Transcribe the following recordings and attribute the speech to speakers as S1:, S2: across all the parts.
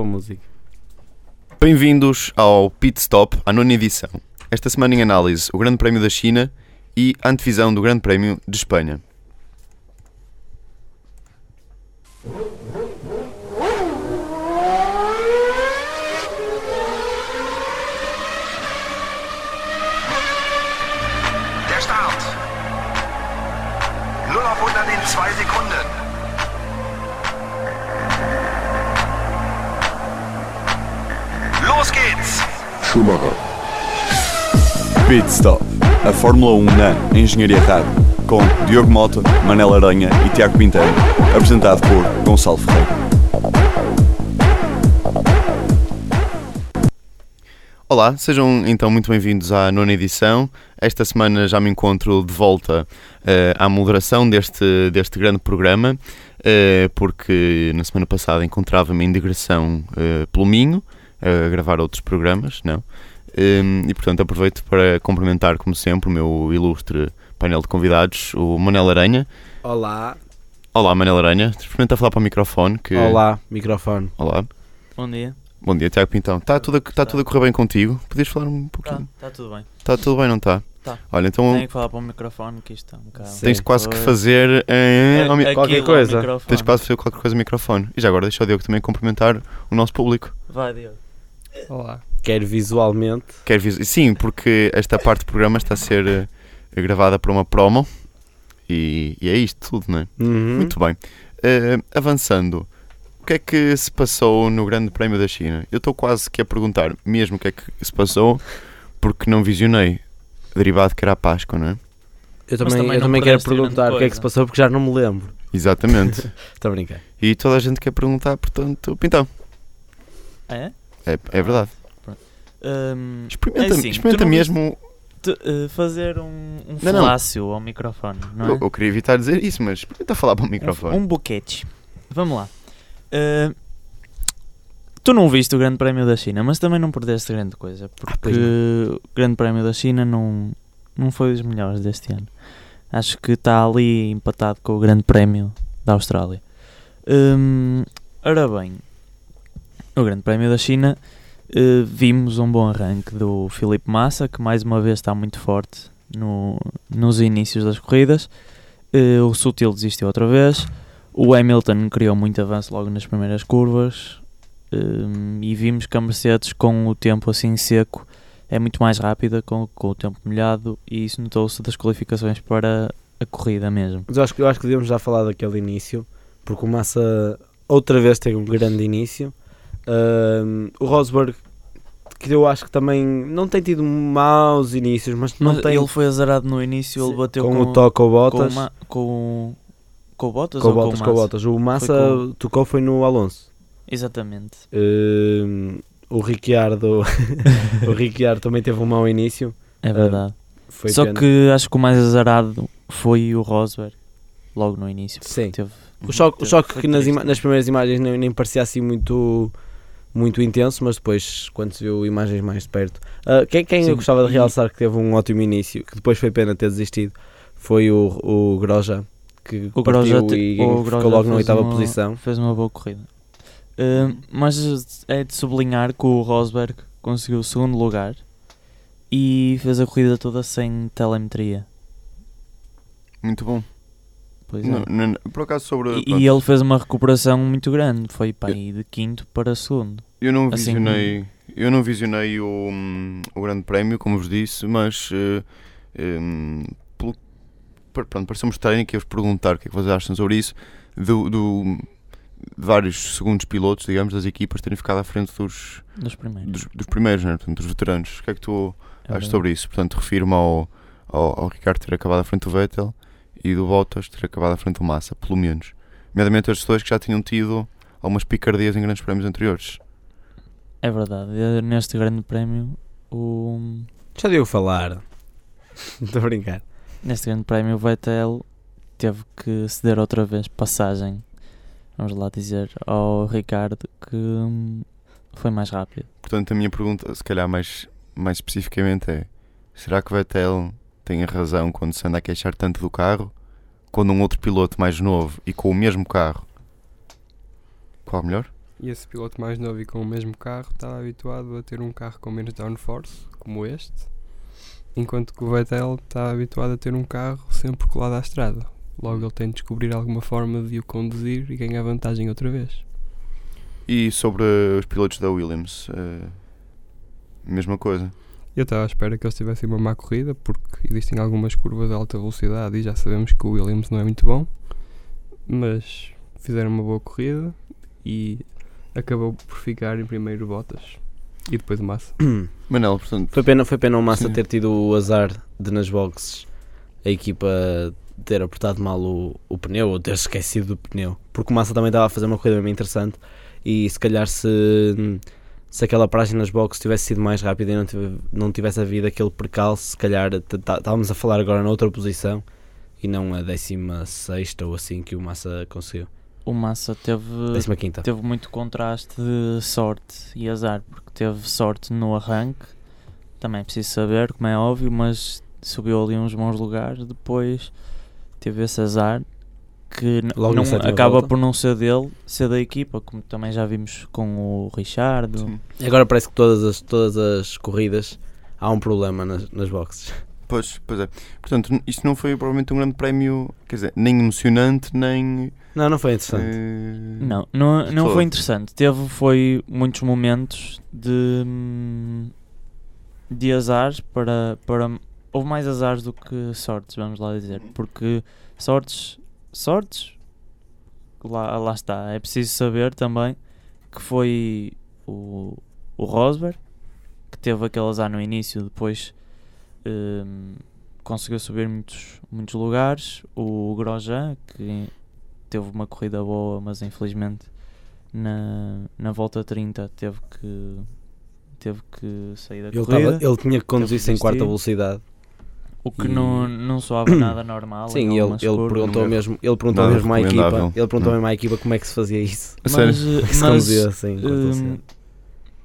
S1: música.
S2: Bem-vindos ao Pit Stop, à nona edição. Esta semana em análise, o Grande Prémio da China e a antevisão do Grande Prémio de Espanha.
S3: Der Start. 0 auf 100 in 2 Sekunden. Los geht's.
S4: Pit Stop. A Fórmula 1 na Engenharia Rádio. Com Diogo Mota, Manela Aranha e Tiago Pinteiro. Apresentado por Gonçalo Ferreira.
S2: Olá, sejam então muito bem-vindos à nona edição. Esta semana já me encontro de volta eh, à moderação deste, deste grande programa, eh, porque na semana passada encontrava-me em digressão eh, pelo Minho, eh, a gravar outros programas, não? Em, e portanto aproveito para cumprimentar, como sempre, o meu ilustre painel de convidados, o Manel Aranha.
S1: Olá.
S2: Olá, Manel Aranha. Experimenta falar para o microfone. Que...
S1: Olá, microfone.
S2: Olá.
S5: Bom dia.
S2: Bom dia, Tiago Pintão. Está tudo, a- tá tudo a correr bem contigo? Podias falar um
S5: Tá,
S2: pouquinho?
S5: tá tudo bem.
S2: Está tudo bem, não está?
S5: Tá.
S2: Olha, então
S5: Tenho que falar para o microfone que isto está um bocado.
S1: Sim.
S2: tens quase que fazer. eh, ao mi-
S5: Aquilo
S1: qualquer
S5: ao
S1: coisa.
S5: microfone.
S2: tens quase que fazer qualquer coisa no microfone. E já agora deixa o Diogo também cumprimentar o nosso público.
S5: Vai, Diogo.
S6: Olá.
S1: Quero visualmente.
S2: Quer vis- Sim, porque esta parte do programa está a ser eh, gravada por uma promo. E, e é isto tudo, não é?
S1: Uhum.
S2: Muito bem. Eh, avançando, o que é que se passou no Grande Prémio da China? Eu estou quase que a perguntar mesmo o que é que se passou, porque não visionei. Derivado que era a Páscoa, não é?
S1: Eu
S5: Mas
S1: também,
S5: também
S1: eu
S5: não
S1: também quero
S5: perdeste grande
S1: perguntar o que é que
S5: coisa.
S1: se passou porque já não me lembro.
S2: Exatamente.
S1: Estou a brincar.
S2: e toda a gente quer perguntar, portanto, Pintão.
S5: É?
S2: É, é verdade.
S5: Hum,
S2: Experimenta,
S5: É assim,
S2: experimenta
S5: tu não
S2: mesmo.
S5: tu, eh, fazer um, um
S2: Não, não.
S5: falácio ao microfone, não é?
S2: Eu, eu queria evitar dizer isso, mas experimenta falar para o
S5: Um,
S2: microfone.
S5: um boquete. Vamos lá. Eh, tu não viste o Grande Prémio da China, mas também não perdeste grande coisa, porque
S1: pois
S5: o Grande Prémio da China não, não foi dos melhores deste ano. Acho que está ali empatado com o Grande Prémio da Austrália. Hum, ora bem, no Grande Prémio da China eh, vimos um bom arranque do Filipe Massa, que mais uma vez está muito forte no- nos inícios das corridas. Eh, o Sutil desistiu outra vez. O Hamilton criou muito avanço logo nas primeiras curvas. Hum, e vimos que a Mercedes, com o tempo assim seco, é muito mais rápida com, com o tempo molhado. E isso notou-se das qualificações para a corrida mesmo.
S1: Mas eu acho, que- eu acho que devíamos já falar daquele início, porque o Massa outra vez teve um grande início. Ahm, o Rosberg, que eu acho que também não tem tido maus inícios, mas não
S5: Mas
S1: tem
S5: Ele foi azarado no início, ele bateu
S1: com,
S5: com,
S1: o toque ao
S5: com,
S1: Bottas.
S5: o Ma- com, com o Bottas
S1: Com o
S5: ou
S1: Bottas,
S5: com o
S1: com o
S5: Massa?
S1: Bottas. O Massa
S5: com-
S1: tocou foi no Alonso.
S5: Exatamente.
S1: Ahm, Ehm, o Ricciardo, o Ricciardo também teve um mau início.
S5: É verdade.
S1: Foi
S5: Só
S1: pena.
S5: que acho que o mais azarado foi o Rosberg, logo no início.
S1: Sim.
S5: Teve
S1: O choque, o
S5: Foi
S1: choque que nas,
S5: triste.
S1: ima- nas primeiras imagens nem, nem parecia assim muito, muito intenso, mas depois, quando se viu imagens mais de perto. Ah, quem quem eu
S5: Sim,
S1: gostava de
S5: e-
S1: realçar que teve um ótimo início, que depois foi pena ter desistido, foi o, o Groja, que
S5: O
S1: partiu
S5: Groja, te-
S1: e
S5: o Groja
S1: ficou logo na
S5: fez
S1: oitava
S5: uma-
S1: posição.
S5: Fez uma boa corrida. Uh, mas é de sublinhar que o Rosberg conseguiu o segundo lugar e fez a corrida toda sem telemetria. um
S2: Muito bom.
S5: Pois é.
S2: Não- não- por acaso, sobre.
S5: E-
S2: pronto,
S5: e, ele fez uma recuperação muito grande. Foi pá, aí de quinto para segundo.
S2: Eu não
S5: Assim,
S2: visionei, eu não visionei o, hum, o Grande Prémio, como vos disse, mas eh, hum, pelo, par- pronto, pareceu-me estranho que ia-vos perguntar o que é que vocês acham sobre isso, do, do- de vários segundos pilotos, digamos, das equipas terem ficado à frente dos,
S5: Dos primeiros.
S2: dos, dos primeiros, né? Portanto, dos veteranos. O que é que tu
S5: É
S2: achas
S5: verdade.
S2: sobre isso? Portanto, refiro-me ao, ao, ao Ricardo ter acabado à frente do Vettel e do Bottas ter acabado à frente do Massa, pelo menos. Nomeadamente as dois que já tinham tido algumas picardias em grandes prémios anteriores.
S5: É verdade. Eu, Neste grande prémio, o,
S1: Já deu a falar. Estou a brincar.
S5: Neste grande prémio, o Vettel teve que ceder outra vez passagem, vamos lá dizer, ao Ricardo, que hum, foi mais rápido.
S2: Portanto, a minha pergunta, se calhar mais, mais especificamente, é: será que o Vettel tem a razão quando se anda a queixar tanto do carro? Quando um outro piloto mais novo e com o mesmo carro, qual melhor?
S6: E esse piloto mais novo e com o mesmo carro estava habituado a ter um carro com menos downforce, como este, enquanto que o Vettel está habituado a ter um carro sempre colado à estrada. Logo ele tem de descobrir alguma forma de o conduzir e ganhar vantagem outra vez.
S2: E sobre os pilotos da Williams, eh, mesma coisa.
S6: Eu estava à espera que eles tivessem uma má corrida, porque existem algumas curvas de alta velocidade e já sabemos que o Williams não é muito bom, mas fizeram uma boa corrida e acabou por ficar em primeiro Bottas e depois o Massa.
S2: Manel, portanto,
S1: Foi pena, foi pena o Massa
S2: Sim.
S1: ter tido o azar de nas boxes a equipa ter apertado mal o, o pneu ou ter esquecido do pneu, porque o Massa também estava a fazer uma corrida bem interessante e se calhar se, se aquela paragem nas boxes tivesse sido mais rápida e não, tive- não tivesse havido aquele percalço, se calhar t- tá- estávamos a falar agora noutra posição e não a 16 ou assim que o Massa conseguiu.
S5: O Massa teve
S1: 15.
S5: Teve muito contraste de sorte e azar, porque teve sorte no arranque, também preciso saber, como é óbvio, mas subiu ali uns bons lugares, depois teve esse azar que n-
S1: Logo na
S5: não,
S1: sétima
S5: acaba
S1: volta.
S5: por não ser dele, ser da equipa, como também já vimos com o Richard.
S2: Sim.
S1: Agora parece que todas as, todas as corridas há um problema nas, nas boxes.
S2: pois, pois é. Portanto, n- isto não foi provavelmente um grande prémio, quer dizer, nem emocionante, nem.
S1: Não, não foi interessante.
S2: eh,
S5: Não, não, não
S2: Todo.
S5: foi interessante. Teve foi muitos momentos de, hum, de azares para, para. Houve mais azares do que sortes, vamos lá dizer. Porque sortes. Sortes? Lá, lá está. É preciso saber também que foi o, tipo, o Rosberg que teve aquele azar no início, depois hum, conseguiu subir muitos, muitos lugares. O Grosjean que teve uma corrida boa, mas infelizmente na, na volta 30 teve que teve que sair da
S1: Ele,
S5: corrida,
S1: tava- ele tinha que conduzir
S5: Teve
S1: sem
S5: que
S1: quarta
S5: desistir.
S1: velocidade.
S5: o que não, não soava nada normal. em
S1: Sim, ele, ele
S5: algumas curvas.
S1: perguntou
S2: não é
S1: mesmo, ele perguntou
S2: nada
S1: mesmo à
S2: recomendável.
S1: equipa, ele perguntou
S2: Não.
S1: mesmo à equipa como é que se fazia isso.
S2: A
S5: mas,
S2: sério?
S1: Que se
S5: mas,
S1: conduzia sem quarta
S5: hum,
S1: velocidade.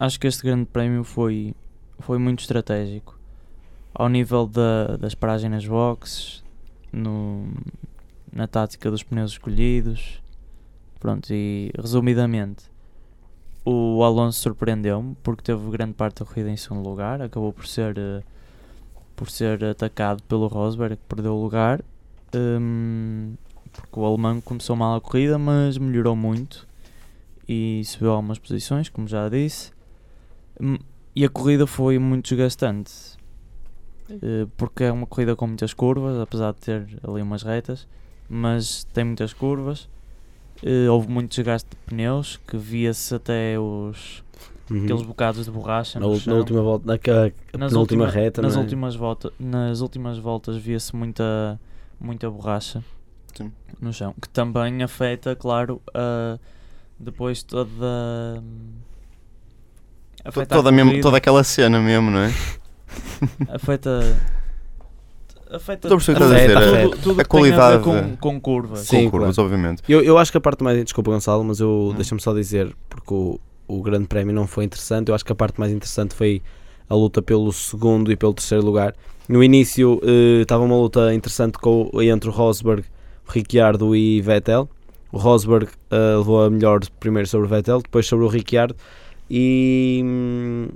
S5: acho que este grande prémio foi, foi muito estratégico ao nível da, das paragens nas boxes, no, na tática dos pneus escolhidos. Pronto, e resumidamente, o Alonso surpreendeu-me porque teve grande parte da corrida em segundo lugar, acabou por ser, eh, por ser atacado pelo Rosberg, que perdeu o lugar. hum, porque o alemão começou mal a corrida, mas melhorou muito e subiu algumas posições, como já disse. Hum, E a corrida foi muito desgastante, eh, porque é uma corrida com muitas curvas, apesar de ter ali umas retas, mas tem muitas curvas. Eh, Houve muito desgaste de pneus, que via-se até os,
S1: Uhum.
S5: aqueles bocados de borracha
S1: Na,
S5: no
S1: ul- na
S5: chão.
S1: última volta, na, ca-
S5: Nas
S1: na última
S5: última-
S1: reta,
S5: nas
S1: não é?
S5: últimas voltas nas últimas voltas via-se muita muita borracha
S2: Sim.
S5: no chão que também afeta claro a depois toda hum,
S2: to-
S5: afeta
S2: Toda, mesmo,
S5: corrida,
S2: toda aquela cena mesmo, não é?
S5: afeta afeta tá
S2: Estou a perceber o que
S1: Afeta,
S2: estás a dizer.
S1: afeta.
S2: é-
S5: tudo, tudo
S2: a
S5: que tem a
S2: qualidade-
S5: ver com, com curvas
S1: Sim,
S2: Com curvas, obviamente.
S1: Eu, eu acho que a parte mais. Desculpa, Gonçalo, mas eu.
S2: Hum.
S1: Deixa-me só dizer, porque o, o Grande Prémio não foi interessante. Eu acho que a parte mais interessante foi a luta pelo segundo e pelo terceiro lugar. No início eh, estava uma luta interessante com, o- entre o Rosberg, o Ricciardo e Vettel. O Rosberg eh, levou a melhor primeiro sobre o Vettel, depois sobre o Ricciardo. E. hum,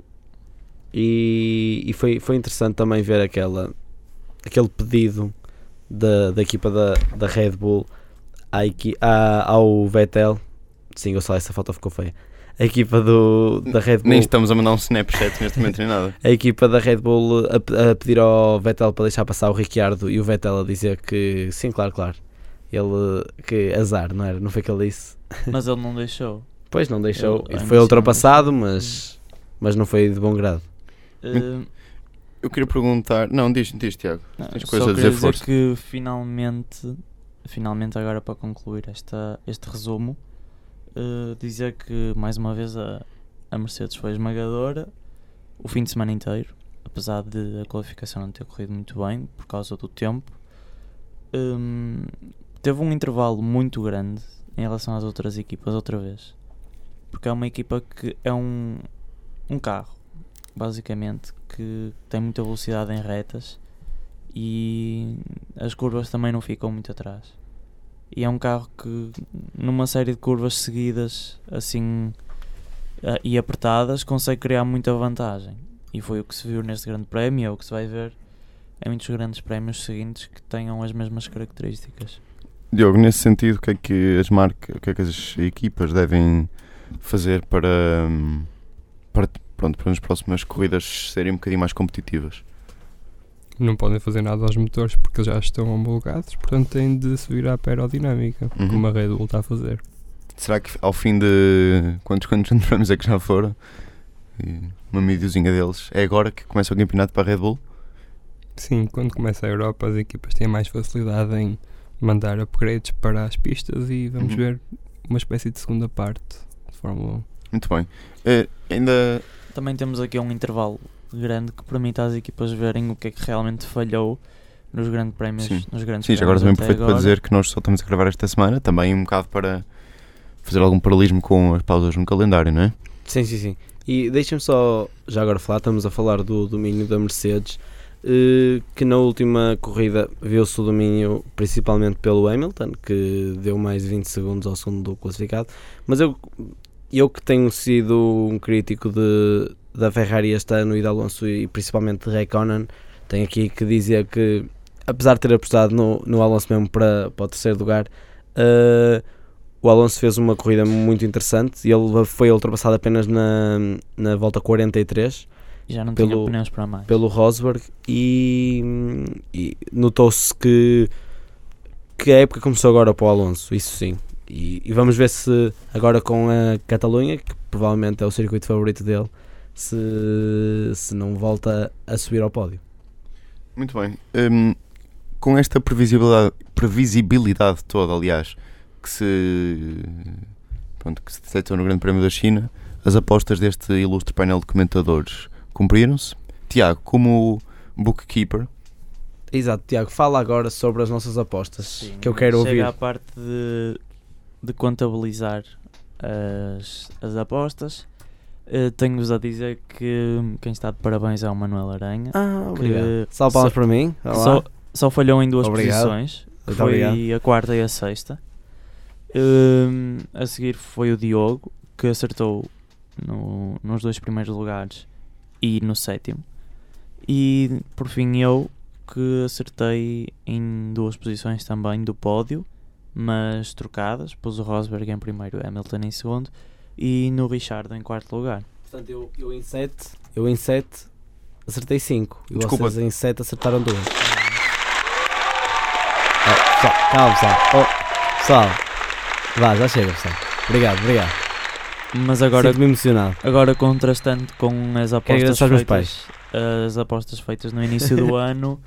S1: E, e foi, foi interessante também ver aquela, aquele pedido da, da equipa da, da Red Bull à equi- à- ao Vettel. Sim, Gonçalo, essa foto ficou feia. A equipa do, da Red Bull.
S2: Nem estamos a mandar um Snapchat neste momento nem nada.
S1: A equipa da Red Bull a, pe- a pedir ao Vettel para deixar passar o Ricciardo e o Vettel a dizer que sim, claro, claro. Ele que azar, não era? Não foi que ele disse?
S5: mas ele não deixou
S1: Pois não deixou. e
S5: Ele- ah,
S1: foi
S5: sim,
S1: ultrapassado, mas, mas não foi de bom grado.
S5: Eh,
S2: Eu queria perguntar. Não, diz, diz, Tiago.
S5: Não,
S2: Tens
S5: só
S2: coisas a
S5: queria
S2: dizer, força.
S5: que finalmente, finalmente agora para concluir esta, este resumo, eh, dizer que mais uma vez a, a Mercedes foi esmagadora o fim de semana inteiro, apesar de a qualificação não ter corrido muito bem por causa do tempo. Hum, teve um intervalo muito grande em relação às outras equipas outra vez. Porque é uma equipa que é um, um carro, basicamente, que tem muita velocidade em retas e as curvas também não ficam muito atrás. E é um carro que, numa série de curvas seguidas, assim, ah, e apertadas, consegue criar muita vantagem. E foi o que se viu neste grande prémio, é o que se vai ver em muitos grandes prémios seguintes que tenham as mesmas características.
S2: Diogo, nesse sentido, o que é que as marcas, o que é que as equipas devem fazer para, hum, para, pronto, para nas próximas corridas serem um bocadinho mais competitivas?
S6: Não podem fazer nada aos motores porque eles já estão homologados, portanto têm de se virar para a aerodinâmica,
S2: Uhum.
S6: como a Red Bull está a fazer.
S2: Será que ao fim de quantos quantos Grand Prêmios é que já foram? E Uma midiozinha deles. É agora que começa o campeonato para a Red Bull?
S6: Sim, quando começa a Europa, as equipas têm mais facilidade em mandar upgrades para as pistas e vamos
S2: Uhum.
S6: ver uma espécie de segunda parte de Fórmula 1.
S2: Muito bem. Eh, ainda.
S5: Também temos aqui um intervalo grande que permite às equipas verem o que é que realmente falhou nos grandes prémios.
S2: Sim.
S5: Nos grandes
S2: Sim, já agora
S5: prémios
S2: também
S5: até
S2: aproveito para
S5: agora.
S2: dizer que nós só estamos a gravar esta semana, também um bocado para fazer algum paralelismo com as pausas no calendário, não é?
S1: Sim, sim, sim. E deixem-me só, já agora falar, estamos a falar do domínio da Mercedes, eh, que na última corrida viu-se o domínio principalmente pelo Hamilton, que deu mais de 20 segundos ao segundo do classificado. Mas eu, eu que tenho sido um crítico de, da Ferrari este ano e de Alonso e principalmente de Raikkonen, tenho aqui que dizer que, apesar de ter apostado no, no Alonso mesmo para, para o terceiro lugar, eh, o Alonso fez uma corrida muito interessante e ele foi ultrapassado apenas na, na volta 43
S5: E já não
S1: pelo-
S5: tinha pneus para mais.
S1: pelo Rosberg e, e notou-se que, que a época começou agora para o Alonso, isso sim. E, e vamos ver se agora com a Catalunha, que provavelmente é o circuito favorito dele, se, se não volta a subir ao pódio.
S2: Muito bem. Hum, com esta previsibilidade, previsibilidade toda, aliás, que se, pronto, que se detectou no Grande Prémio da China, as apostas deste ilustre painel de comentadores cumpriram-se. Tiago, como bookkeeper,
S1: Exato, Tiago, fala agora sobre as nossas apostas
S5: Sim,
S1: que eu quero
S5: chega
S1: ouvir.
S5: à parte de, de contabilizar as, as apostas. Eh, Tenho-vos a dizer que quem está de parabéns é o Manuel Aranha.
S1: Ah,
S5: que
S1: obrigado. Salve palmas
S5: só-
S1: para mim. Olá.
S5: Só, só falhou em duas
S1: Obrigado.
S5: posições. que
S1: Muito
S5: foi
S1: obrigado.
S5: a quarta e a sexta. Hum, a seguir foi o Diogo, que acertou no- nos dois primeiros lugares e no sétimo. E por fim eu, que acertei em duas posições também do pódio, mas trocadas. Pus o Rosberg em primeiro, Hamilton em segundo e no Richard em quarto lugar.
S1: Portanto, eu, eu em 7, eu em 7 acertei 5. E
S2: Desculpa.
S1: vocês em 7 acertaram 2. pessoal, calma, pessoal. Oh, pessoal, vá, já chega, pessoal. Obrigado, obrigado.
S5: Mas
S1: Agora
S5: agora
S1: me emocionado.
S5: Agora contrastando com as apostas
S1: agradecer aos
S5: feitas,
S1: meus
S5: as apostas feitas no início do ano,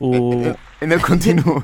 S5: o
S2: ainda continua.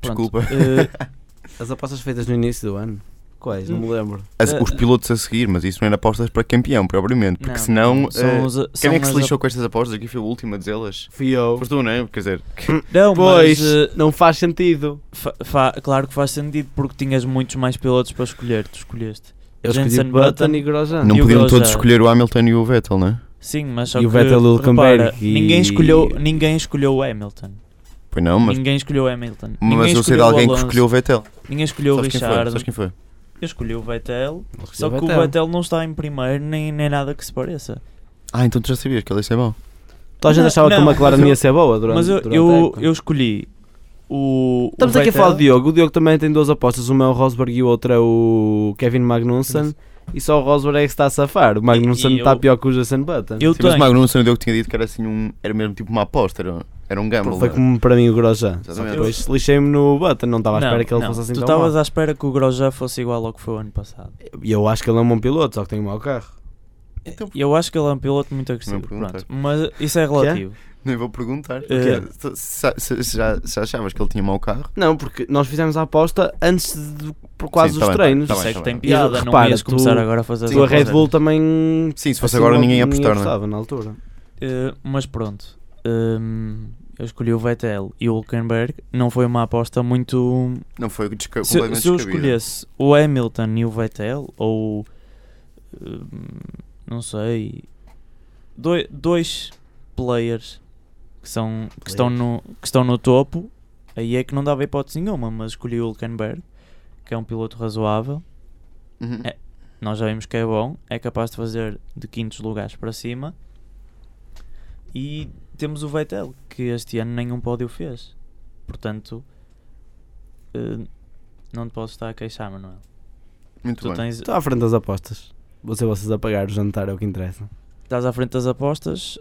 S5: pronto,
S2: Desculpa.
S5: eh,
S1: As apostas feitas no início do ano? Quais? Não me lembro.
S2: As- os pilotos a seguir, mas isso não era apostas para campeão, propriamente, porque
S5: Eh,
S2: senão.
S5: não, não, são
S2: eh,
S5: os-
S2: quem
S5: são
S2: é que se
S5: as
S2: lixou com estas apostas? Aqui foi o último a dizê-las.
S1: Fui eu.
S2: Foste tu, não é? Quer dizer,
S5: ap- Não,
S1: Pois,
S5: mas eh,
S1: não faz sentido.
S5: fa- fa- claro que faz sentido porque tinhas muitos mais pilotos para escolher, tu escolheste.
S1: Eu escolhi
S5: Jensen
S1: Button
S5: Button
S1: e Grosjean.
S2: não
S5: Ah, E o
S2: podiam todos
S5: Grosjean?
S2: escolher o Hamilton e o Vettel, não é?
S5: Sim, mas só
S1: E o
S5: que,
S1: Vettel e o Hülkenberg
S5: repara,
S1: e-
S5: ninguém escolheu, ninguém escolheu o Hamilton.
S2: Pois não, mas
S5: ninguém escolheu o Hamilton.
S2: Mas
S5: ninguém
S2: eu sei de
S5: escolheu o
S2: alguém que
S5: Alonso,
S2: escolheu o Vettel.
S5: Ninguém escolheu o
S2: Sabes quem foi?
S5: Richard.
S2: Sabes quem foi?
S5: Eu escolhi o Vettel.
S1: Não escolhi
S5: Só que o Vettel não está em primeiro nem, nem nada que se pareça.
S2: Ah, então tu já sabias que ele ia ser mau.
S1: Tu a gente
S5: Não,
S1: achava que
S5: não,
S1: a McLaren
S5: mas eu-
S1: ia ser boa durante,
S5: Mas eu,
S1: durante a
S5: eu,
S1: época.
S5: eu escolhi o.
S1: Estamos
S5: o
S1: aqui a
S5: Vettel.
S1: falar do Diogo. O Diogo também tem duas apostas. Uma é o Rosberg e o outro é o Kevin Magnussen. E só o Rosberg é que se está a safar. O Magnussen
S5: E- e
S1: está
S5: eu-
S1: pior que o Jason Button.
S5: Eu
S2: Sim, mas o
S5: tenho.
S2: Magnussen deu que tinha dito que era assim um. Era mesmo tipo uma aposta, era, era um gamble.
S1: Foi
S2: não é?
S1: como para mim o Grosjean. Só que
S2: Exatamente.
S1: depois lixei-me no Button. Não estava à espera que ele
S5: não,
S1: fosse assim
S5: Tu
S1: tão
S5: estavas
S1: mal.
S5: à espera que o Grosjean fosse igual ao que foi o ano passado.
S1: E eu acho que ele é um bom piloto, só que tem um mau carro.
S5: E eu acho que ele é um piloto muito agressivo.
S2: Não perguntei.
S5: Pronto. Mas isso é relativo.
S2: Nem vou perguntar.
S5: Eh,
S2: Porque se- se, se já, se achavas que ele tinha mau carro,
S1: Não, porque nós fizemos a aposta antes de por quase
S2: Sim,
S1: os
S2: tá bem,
S1: treinos.
S2: tá
S5: Isso
S2: bem,
S5: é que tem
S2: bem.
S5: piada.
S1: E
S5: não
S1: repara,
S5: ias
S1: tu-
S5: começar agora a fazer
S1: Sim, a
S5: as
S1: Red
S5: coisas.
S1: Bull também.
S2: Sim, se fosse
S1: assim,
S2: agora
S1: logo
S2: ninguém ia apostar, não é?
S1: apostava na altura.
S5: Eh, mas pronto. Hum, eu escolhi o Vettel e o Hülkenberg. Não foi uma aposta muito.
S2: não foi desca-
S5: Se,
S2: completamente
S5: se eu
S2: descabida.
S5: escolhesse o Hamilton e o Vettel, ou hum, não sei, doi- dois players que, são, que, estão no, que estão no topo, aí é que não dava hipótese nenhuma. Mas escolhi o Hülkenberg, que é um piloto razoável,
S2: Uhum.
S5: É. nós já vimos que é bom, é capaz de fazer de quintos lugares para cima. E temos o Vettel, que este ano nenhum pódio fez. Portanto, eh, não te posso estar a queixar, Manuel.
S2: Muito
S5: Tu
S2: bem.
S5: tens,
S1: Estou à frente das apostas. Vou ser vocês a pagar o jantar, é o que interessa.
S5: estás à frente das apostas,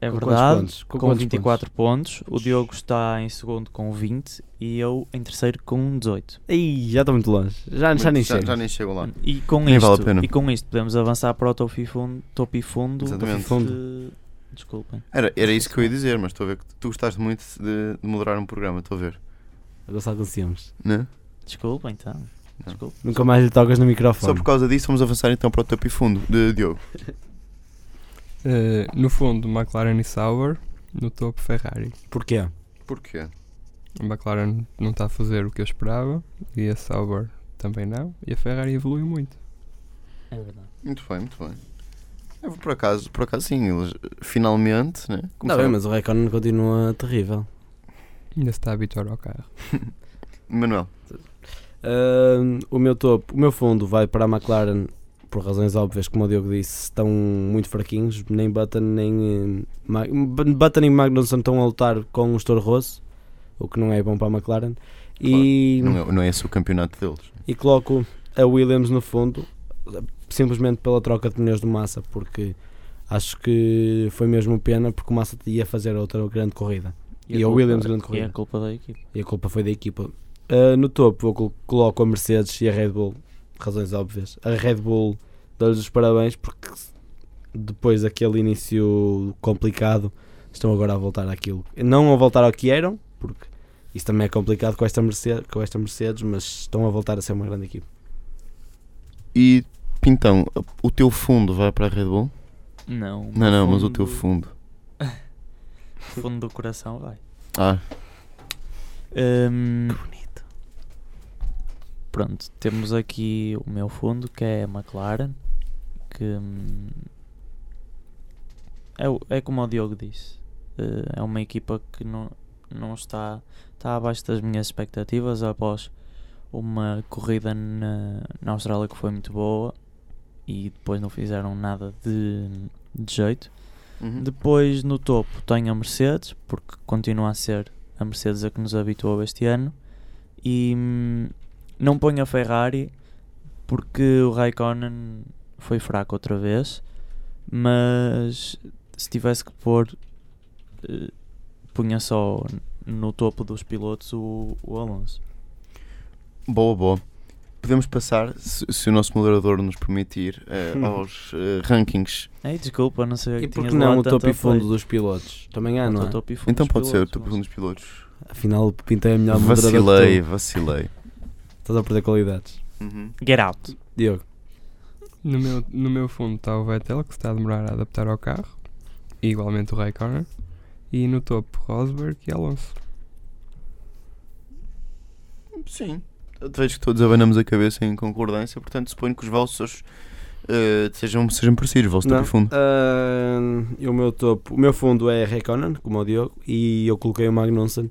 S5: é
S1: Com quantos pontos?
S5: verdade,
S1: Com
S5: com,
S1: quantos
S5: 24 pontos. O Diogo está em segundo com 20 e eu em terceiro com 18.
S1: Ih, já estou muito longe. Já, já
S2: Muito-
S1: nem
S2: já,
S1: chego.
S2: já nem chego lá.
S5: E com,
S2: Nem
S5: isto,
S2: vale a pena.
S5: e com isto podemos avançar para o top fundo. Top fundo
S2: Exatamente.
S1: Fundo.
S5: de- Desculpem.
S2: Era, era isso que eu ia dizer, mas estou a ver que tu gostaste muito de, de moderar um programa, estou a ver.
S1: Agora só conseguimos.
S2: Né?
S5: Desculpa então. Desculpa.
S1: Nunca mais lhe tocas no microfone.
S2: Só por causa disso, vamos avançar então para o top e fundo de Diogo.
S6: Eh, no fundo, McLaren e Sauber. No topo, Ferrari.
S1: Porquê?
S2: Porquê?
S6: A McLaren não está a fazer o que eu esperava. E a Sauber também não. E a Ferrari evoluiu muito.
S5: É verdade.
S2: Muito bem, muito bem. Eu, por acaso, por acaso sim, eles eh, finalmente, né?
S1: Não,
S2: começaram-
S1: mas o Recon continua terrível.
S6: Ainda se está a habituar ao carro.
S2: Manuel,
S1: Ahn, o meu topo, o meu fundo vai para a McLaren por razões óbvias, como o Diogo disse, estão muito fraquinhos, nem Button nem eh, Ma- B- Button e Magnussen estão a lutar com o Stor Rosso, o que não é bom para a McLaren. E,
S2: não é, não é esse o campeonato deles.
S1: e coloco a Williams no fundo, simplesmente pela troca de pneus do Massa, porque acho que foi mesmo pena porque o Massa ia fazer outra grande corrida. E
S5: a
S1: ao
S5: culpa-
S1: Williams, grande
S5: E
S1: corrida.
S5: a culpa da equipe.
S1: E a culpa foi da equipa. Ah, no topo, eu col- coloco a Mercedes e a Red Bull, razões óbvias. A Red Bull dou-lhes os parabéns porque s- depois daquele início complicado estão agora a voltar àquilo. Não a voltar ao que eram, porque isso também é complicado com esta Mercedes, com esta Mercedes mas estão a voltar a ser uma grande equipa.
S2: E Pintão, o teu fundo vai para a Red Bull?
S5: Não.
S2: Não, não, mas o
S5: fundo-
S2: teu fundo.
S5: Fundo do coração vai.
S2: Ah,
S5: Hum, Pronto, temos aqui o meu fundo que é a McLaren. Que hum, é, o- é como o Diogo disse, eh, é uma equipa que não, não está, está abaixo das minhas expectativas após uma corrida na, na Austrália que foi muito boa e depois não fizeram nada de, de jeito.
S2: uhum.
S5: Depois no topo tenho a Mercedes, porque continua a ser a Mercedes a que nos habituou este ano. E hum, não ponho a Ferrari porque o Raikkonen foi fraco outra vez. Mas se tivesse que pôr, eh, punha só no topo dos pilotos o, o Alonso.
S2: Boa, boa. Podemos passar, se, se o nosso moderador nos permitir, eh,
S1: Hum.
S2: aos eh, rankings.
S5: Ei, desculpa, não sei
S1: E
S5: que
S1: por que
S5: tinhas lá
S1: não o
S5: tanto
S1: topo e fundo
S5: apoio.
S1: dos pilotos? Também há,
S5: Bota
S1: não
S5: o
S1: é?
S5: topo e fundo
S2: Então
S5: dos
S2: pode ser o
S5: pilotos,
S2: top
S5: Alonso.
S2: dos pilotos.
S1: Afinal, pintei a melhor moderadora que tu.
S2: Vacilei, vacilei.
S1: Estás a perder qualidades.
S2: Uhum.
S5: Get out.
S1: Diogo,
S6: No meu, no meu fundo está o Vettel, que se está a demorar a adaptar ao carro. E igualmente o Raikkonen. E no topo, Rosberg e Alonso.
S2: Sim. Eu vejo que todos abanamos a cabeça em concordância, portanto suponho que os vossos eh, sejam, sejam parecidos, o vosso
S1: Não.
S2: top e fundo.
S1: Ahn, e o meu topo, o meu fundo é Reconan, como o Diogo, e eu coloquei o Magnussen.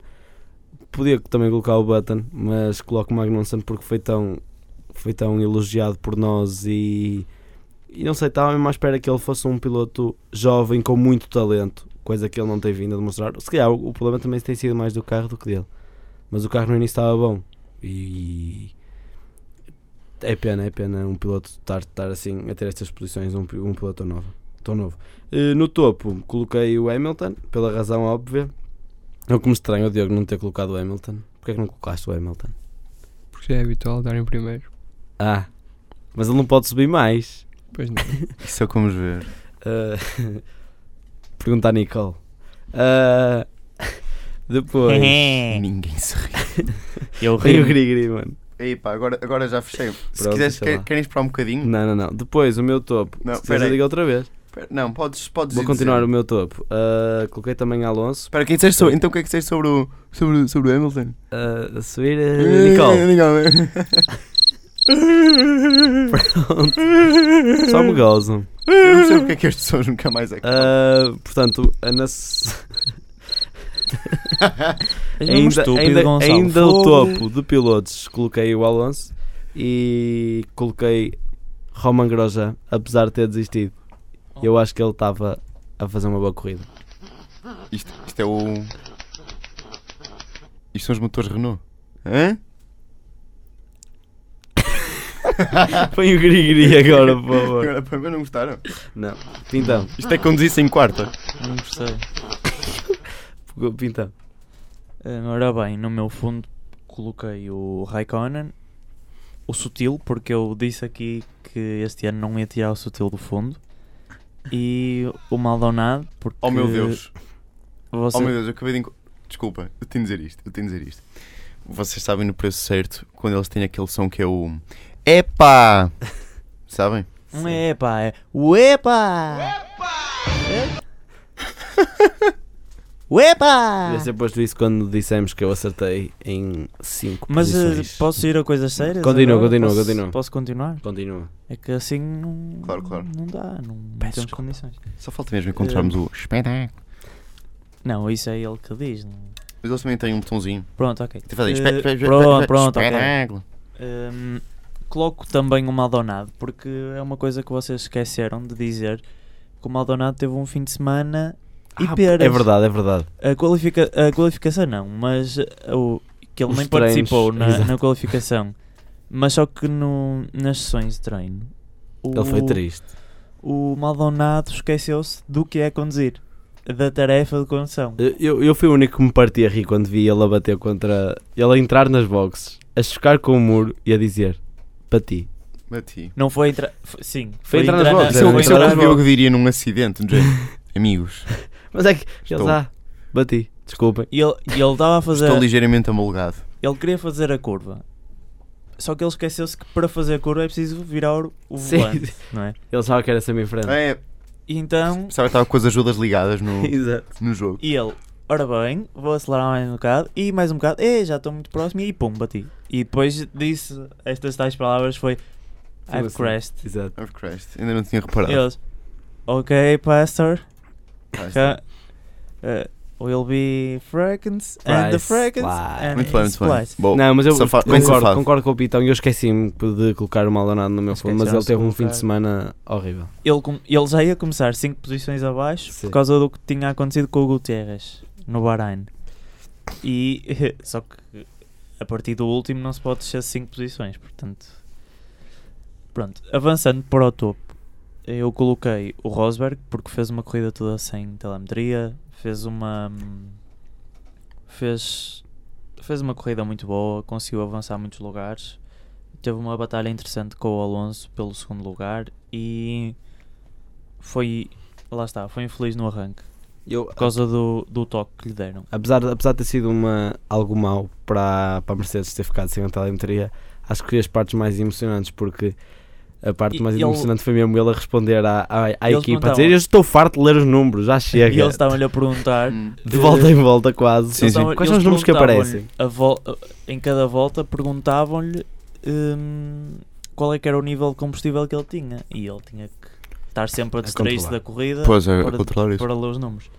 S1: Podia também colocar o Button, mas coloco o Magnussen porque foi tão, foi tão elogiado por nós e, e não sei, estava mesmo à espera que ele fosse um piloto jovem com muito talento, coisa que ele não tem vindo a demonstrar. Se calhar o, o problema também tem sido mais do carro do que dele, mas o carro no início estava bom e é pena, é pena um piloto estar, estar assim a ter estas posições, um, pi- um piloto novo. Tão novo. Eh, no topo coloquei o Hamilton, pela razão óbvia. Eu como estranho o Diogo não ter colocado o Hamilton. Porquê é que não colocaste o Hamilton?
S6: Porque já é habitual dar em primeiro.
S1: Ah, mas ele não pode subir mais.
S6: Pois não.
S2: Isso é como os ver.
S1: Eh, pergunta à Nicole. Eh, depois.
S5: É.
S2: Ninguém se ri.
S5: Eu
S1: Tem o
S5: rio.
S1: gri-gri, mano.
S2: Ei, pá, agora, agora já fechei. Se
S1: Pronto,
S2: quiseres,
S1: sei
S2: quer-
S1: lá.
S2: querem esperar um bocadinho?
S1: Não, não, não. Depois o meu topo.
S2: Não,
S1: Se quiseres, eu
S2: peraí.
S1: digo outra vez.
S2: Espera- Não, podes, podes
S1: Vou
S2: ir
S1: continuar o
S2: dizer.
S1: meu topo. Eh, coloquei também Alonso.
S2: Espera, o que é que disseste sobre- então o que é que disseste sobre o, sobre, o- sobre o Hamilton?
S1: Eh, a subir eh, Nicole. Pronto. Só me gozam.
S2: Eu não sei porque é que as pessoas nunca mais acabam.
S1: Ah, portanto, a nas-
S5: És um
S1: ainda,
S5: estúpido,
S1: ainda,
S5: Gonçalo.
S1: ainda o
S5: Fogo.
S1: topo de pilotos coloquei o Alonso e coloquei Roman Grosjean, apesar de ter desistido, eu acho que ele estava a fazer uma boa corrida.
S2: Isto, isto é o. Isto são os motores Renault. Hã?
S1: Põe o grigri agora, por favor.
S2: Agora, pá, mas não gostaram?
S1: Não. Pintão,
S2: Isto é conduzir sem quarta.
S5: Não gostei.
S1: pintão.
S5: Hum, Ora bem, no meu fundo coloquei o Raikkonen, o Sutil, porque eu disse aqui que este ano não ia tirar o Sutil do fundo, e o Maldonado, porque.
S2: Oh meu Deus.
S5: Você...
S2: Oh meu Deus, eu acabei de. enco- Desculpa, eu tenho de dizer isto. Eu tenho de dizer isto. Vocês sabem no preço certo quando eles têm aquele som que é o. Epa! Sabem?
S5: Um é epa, é. O epa! É? O epa!
S1: Devia ser posto isso quando dissemos que eu acertei em 5
S5: Mas eh,
S1: posições.
S5: posso ir a coisas sérias?
S1: Continua,
S5: agora?
S1: continua,
S5: Posso-
S1: continua.
S5: Posso continuar?
S1: Continua.
S5: É que assim não,
S2: Claro, claro.
S5: não dá, não não temos
S1: desculpa.
S5: condições.
S2: Só falta mesmo
S5: Eh.
S2: encontrarmos o espetáculo.
S5: Não, isso é ele que diz. não-
S2: Mas eles também têm um botãozinho.
S5: Pronto, ok.
S2: Tem que fazer.
S5: Eh,
S2: espe- espe- espe-
S5: pronto, pronto, ok.
S2: espetáculo.
S5: Hum, coloco também o Maldonado, porque é uma coisa que vocês esqueceram de dizer, que o Maldonado teve um fim de semana e peras.
S1: É verdade, é verdade.
S5: A, qualifica- a qualificação não, mas uh, o, que ele
S1: Os
S5: nem
S1: treinos,
S5: participou na,
S1: exato.
S5: na qualificação. Mas só que no, nas sessões de treino, o,
S1: Ele foi triste.
S5: o Maldonado esqueceu-se do que é conduzir, da tarefa de condução.
S1: Eu, eu fui o único que me partia a rir quando vi ele a bater contra. Ele a entrar nas boxes, a chocar com o muro e a dizer: Para ti.
S2: Mati.
S5: Não foi entrar. foi- Sim,
S1: Foi entrar nas
S5: Ah,
S1: boxes,
S2: Isso é
S1: Era
S2: o
S1: um
S2: isso é o que
S1: entrada
S2: o
S1: no-
S2: Diogo diria num acidente, do género. Amigos,
S1: Mas é que
S2: Estou.
S1: ele já. Bati, desculpem.
S5: E ele e ele estava a fazer.
S2: estou ligeiramente amolgado.
S5: Ele queria fazer a curva. Só que ele esqueceu-se que para fazer a curva é preciso virar o, o
S1: Sim.
S5: volante, não é?
S1: Ele sabia que era sempre em frente.
S2: É,
S5: E então,
S2: sabe, estava com as ajudas ligadas no,
S1: Exato.
S2: no jogo.
S5: e ele, ora bem, vou acelerar mais um bocado, e mais um bocado, e já estou muito próximo, e pum, bati. E depois disse estas tais palavras, foi,
S1: Foi
S5: I've
S1: assim.
S5: crashed.
S1: Exato.
S2: Of Oh, Christ, ainda não tinha reparado.
S5: Eles, ok, pastor,
S2: Ah, está.
S5: ca- eh, will be fractions, and the
S1: Splice,
S5: fractions,
S1: splice.
S5: and
S2: Muito bem, muito bem.
S5: splice."
S2: Bom,
S1: Não, mas eu
S2: safa- bem
S1: concordo,
S2: Oh, safado.
S1: concordo com o Pitão. e Eu esqueci-me de colocar o Maldonado no meu fundo, mas ele
S5: Esqueceram-se
S1: teve um
S5: de
S1: fim de
S5: colocar.
S1: semana horrível.
S5: Ele, com- ele já ia começar 5 posições abaixo
S1: Sim.
S5: por causa do que tinha acontecido com o Gutierrez no Bahrein. E, só que a partir do último não se pode descer 5 posições, portanto. Pronto, avançando para o topo, eu coloquei o Rosberg porque fez uma corrida toda sem telemetria, fez uma. fez. fez uma corrida muito boa, conseguiu avançar muitos lugares. Teve uma batalha interessante com o Alonso pelo segundo lugar e foi. Lá está, foi infeliz no arranque.
S1: Eu,
S5: Por causa do, do toque que lhe deram.
S1: apesar, apesar de ter sido uma, algo mau para, para a Mercedes ter ficado sem a telemetria, acho que foi as partes mais emocionantes, porque a parte
S5: E-
S1: mais
S5: e ele-
S1: emocionante foi mesmo ele a responder à, à, à
S5: Eles não
S1: equipa a dizer:
S5: estavam-
S1: Eu estou farto de ler os números, já
S2: É
S5: E
S1: chega.
S5: eles estavam-lhe a perguntar.
S2: Hum,
S1: De volta em volta, quase.
S2: Sim,
S5: eles
S2: sim.
S5: estavam-
S1: Quais são
S5: eles
S1: os números que
S5: perguntavam-lhe
S1: aparecem?
S5: a vol- em cada volta perguntavam-lhe hum, qual é que era o nível de combustível que ele tinha. E ele tinha que estar sempre a distrair-se
S1: controlar.
S5: da corrida.
S2: Pois é,
S5: para-
S2: controlar isso.
S5: para ler os números.